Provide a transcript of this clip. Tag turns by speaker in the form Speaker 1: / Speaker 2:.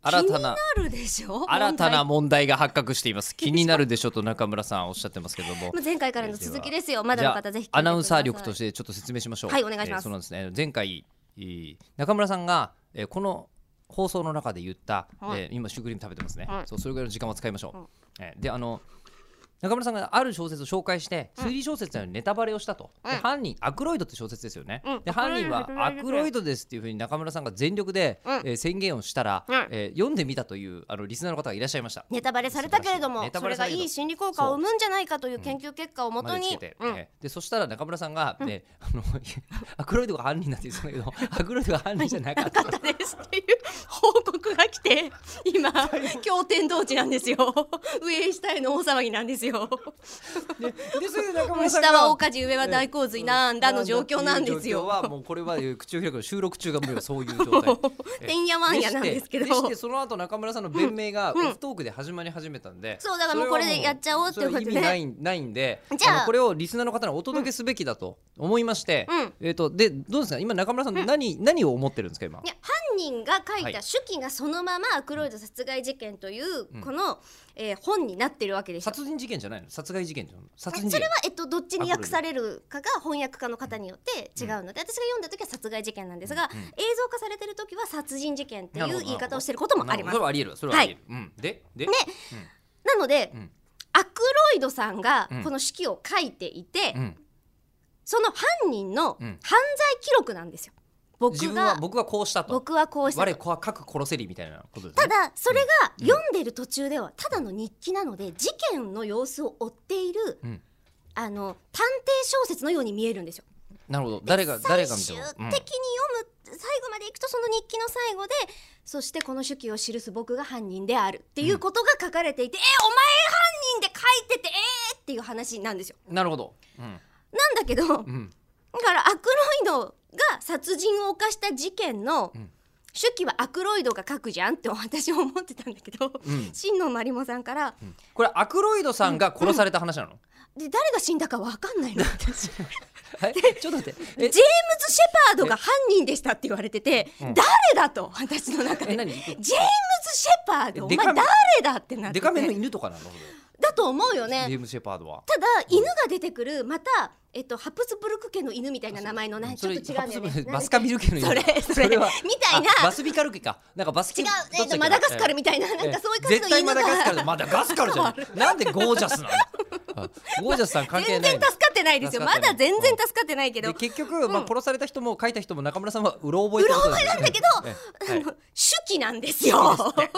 Speaker 1: 新たな
Speaker 2: あるでしょ
Speaker 1: 新たな
Speaker 2: 問
Speaker 1: 問題が発覚しています気になるでしょと中村さんおっしゃってますけども
Speaker 2: 題もう前回からの続きですよまだ
Speaker 1: じ
Speaker 2: の
Speaker 1: ゃあ
Speaker 2: 方ぜひ
Speaker 1: アナウンサー力としててちょっと説明しましょう
Speaker 2: はいお願いし
Speaker 1: え
Speaker 2: ます
Speaker 1: ーそうなんですね前回えー中村さんがえーこの放送の中で言った、
Speaker 2: はい
Speaker 1: えー今シュークリーム食べてますね、
Speaker 2: はい
Speaker 1: そうそれぐらいの時間は使いましょう、
Speaker 2: うん
Speaker 1: えーであの中村さんがある小説を紹介して、推理小説なのにネタバレをしたと、で
Speaker 2: うん
Speaker 1: 犯人アクロイドって小説ですよね、
Speaker 2: うん
Speaker 1: で犯人は
Speaker 2: ア
Speaker 1: ア
Speaker 2: ク
Speaker 1: ク
Speaker 2: ロ
Speaker 1: ロ
Speaker 2: イ
Speaker 1: イドですっていうふうに中村さんが全力で、
Speaker 2: うん
Speaker 1: えー宣言をしたら、
Speaker 2: うん
Speaker 1: えー読んでみたというあのリスナーの方がいらっしゃいました
Speaker 2: ネタバレされたけれども
Speaker 1: ネタ
Speaker 2: そ
Speaker 1: バ
Speaker 2: れ
Speaker 1: レさ
Speaker 2: が
Speaker 1: れたけど
Speaker 2: いい心理効果を生むんじゃないかという研究結果をもと
Speaker 1: までつ
Speaker 2: に
Speaker 1: けて、
Speaker 2: うん
Speaker 1: えーでそしたら中村さんが、ねあの アクロイドが犯人だって言ってたけ どアクロイドが犯人じゃなかった
Speaker 2: 方ですっていう報告が 来て今驚天動地なんですよ上下への大騒ぎなんですよ
Speaker 1: でそれで中
Speaker 2: 下は大火事上は大洪水なんだの状況なんです
Speaker 1: 状況
Speaker 2: よ
Speaker 1: はもうこれはえー口を開く収録中がもうそういう状 態えー
Speaker 2: てんやわんやなんですけど
Speaker 1: でしてでしてその後中村さんの弁明がオフトークで始まり始めたんで、
Speaker 2: そうだからもう
Speaker 1: それは
Speaker 2: これでやっちゃおうっていうことで
Speaker 1: それは意味ないないんで
Speaker 2: じゃあ
Speaker 1: のこれをリスナーの方にお届けすべきだと思いまして、
Speaker 2: うん
Speaker 1: えっ、とでどうですか今中村さん何、何を思ってるんですか今
Speaker 2: いや犯人が書い
Speaker 1: は
Speaker 2: た
Speaker 1: い
Speaker 2: 手記がそのままアクロイド殺害事件というこの、えー本になってるわけですよ。
Speaker 1: 殺人事件じゃないの殺害事件じゃないの殺
Speaker 2: そ
Speaker 1: 人事件
Speaker 2: れは、えっと、どっちに訳されるかが翻訳家の方によって違うので、私が読んだ時は殺害事件なんですが、映像化されてる時は殺人事件っていう言い方をしてることもあります
Speaker 1: なるほどそれ。はあり得る。それはあり得る。うん。で、で、
Speaker 2: なので、
Speaker 1: うん
Speaker 2: アクロイドさんが
Speaker 1: うん
Speaker 2: この手記を書いていて、
Speaker 1: うん。
Speaker 2: その犯人の
Speaker 1: う
Speaker 2: 犯罪
Speaker 1: ん
Speaker 2: 記録なんですよ。僕
Speaker 1: 自分
Speaker 2: が
Speaker 1: は僕はこうしたと。
Speaker 2: 僕はこうしたと
Speaker 1: 我こは各殺せりみたいなことですね。
Speaker 2: ただそれが読んでる途中ではただの日記なので事件の様子を追っている、
Speaker 1: うん
Speaker 2: あの探偵小説のように見えるんですよ。
Speaker 1: なるほど。誰が誰
Speaker 2: 最
Speaker 1: が見
Speaker 2: 終的
Speaker 1: て
Speaker 2: に
Speaker 1: も。
Speaker 2: 読
Speaker 1: うん、
Speaker 2: む最後までいくとその日記の最後でそしてこの手記を記す僕が犯人であるっていうことが書かれていて、えお前犯人で書いててえー、っていう話なんですよ。
Speaker 1: なるほど。うん。
Speaker 2: なんだけど、
Speaker 1: うん。
Speaker 2: だからアクロイドが殺人を犯した事件の
Speaker 1: うん
Speaker 2: 手記はアクロイドが書くじゃんって私は思ってたんだけど、
Speaker 1: うん
Speaker 2: 真のまりもさんから
Speaker 1: うんこれアクロイドさんが殺された話なの？
Speaker 2: で誰が死んだかわかんないの私ジェーム
Speaker 1: え、ちょっと待って。え
Speaker 2: ズ・シェパードが犯人でしたって言われてて、
Speaker 1: うん
Speaker 2: 誰だと私の中で
Speaker 1: え、
Speaker 2: ジェーム
Speaker 1: 何？
Speaker 2: ズ・シェパードお
Speaker 1: デ
Speaker 2: 前
Speaker 1: カ
Speaker 2: 誰
Speaker 1: め
Speaker 2: だってなって
Speaker 1: デカめの
Speaker 2: て
Speaker 1: 犬とかなの？
Speaker 2: だと思うよ
Speaker 1: ジェ
Speaker 2: ね
Speaker 1: ームズシェパードは。
Speaker 2: ただ犬が出てくるまた、えっと、ハプスブルク家の犬みたいな名前のねち
Speaker 1: そ
Speaker 2: ょっ
Speaker 1: れ
Speaker 2: と違うんだよね
Speaker 1: ハプスブルク
Speaker 2: なん
Speaker 1: バ
Speaker 2: だ
Speaker 1: ス
Speaker 2: っけ
Speaker 1: カビル家の犬。
Speaker 2: それそれ
Speaker 1: は
Speaker 2: みたいな
Speaker 1: あバスビカル家か。なんかバス
Speaker 2: 違
Speaker 1: キ
Speaker 2: う
Speaker 1: どっちだ
Speaker 2: え
Speaker 1: っ
Speaker 2: っ
Speaker 1: け
Speaker 2: と
Speaker 1: な
Speaker 2: マダガスカルみ たいな
Speaker 1: え
Speaker 2: なんかそういう感じ
Speaker 1: 絶
Speaker 2: の
Speaker 1: 対
Speaker 2: 犬
Speaker 1: マダガスカル
Speaker 2: が
Speaker 1: だマダガスカ ルじゃんなんでゴージャスなのあゴージャスさん関係
Speaker 2: 全
Speaker 1: な
Speaker 2: 然
Speaker 1: い
Speaker 2: 助かってないですよ
Speaker 1: 助か
Speaker 2: ま
Speaker 1: ってない
Speaker 2: だ全然助かってないけ
Speaker 1: で
Speaker 2: どう
Speaker 1: 結局、ま
Speaker 2: う
Speaker 1: あ
Speaker 2: ん、
Speaker 1: 殺された人も書いた人も中村さんはうろ覚えうろ覚えなん
Speaker 2: だけど
Speaker 1: え
Speaker 2: あの手記なんですよ手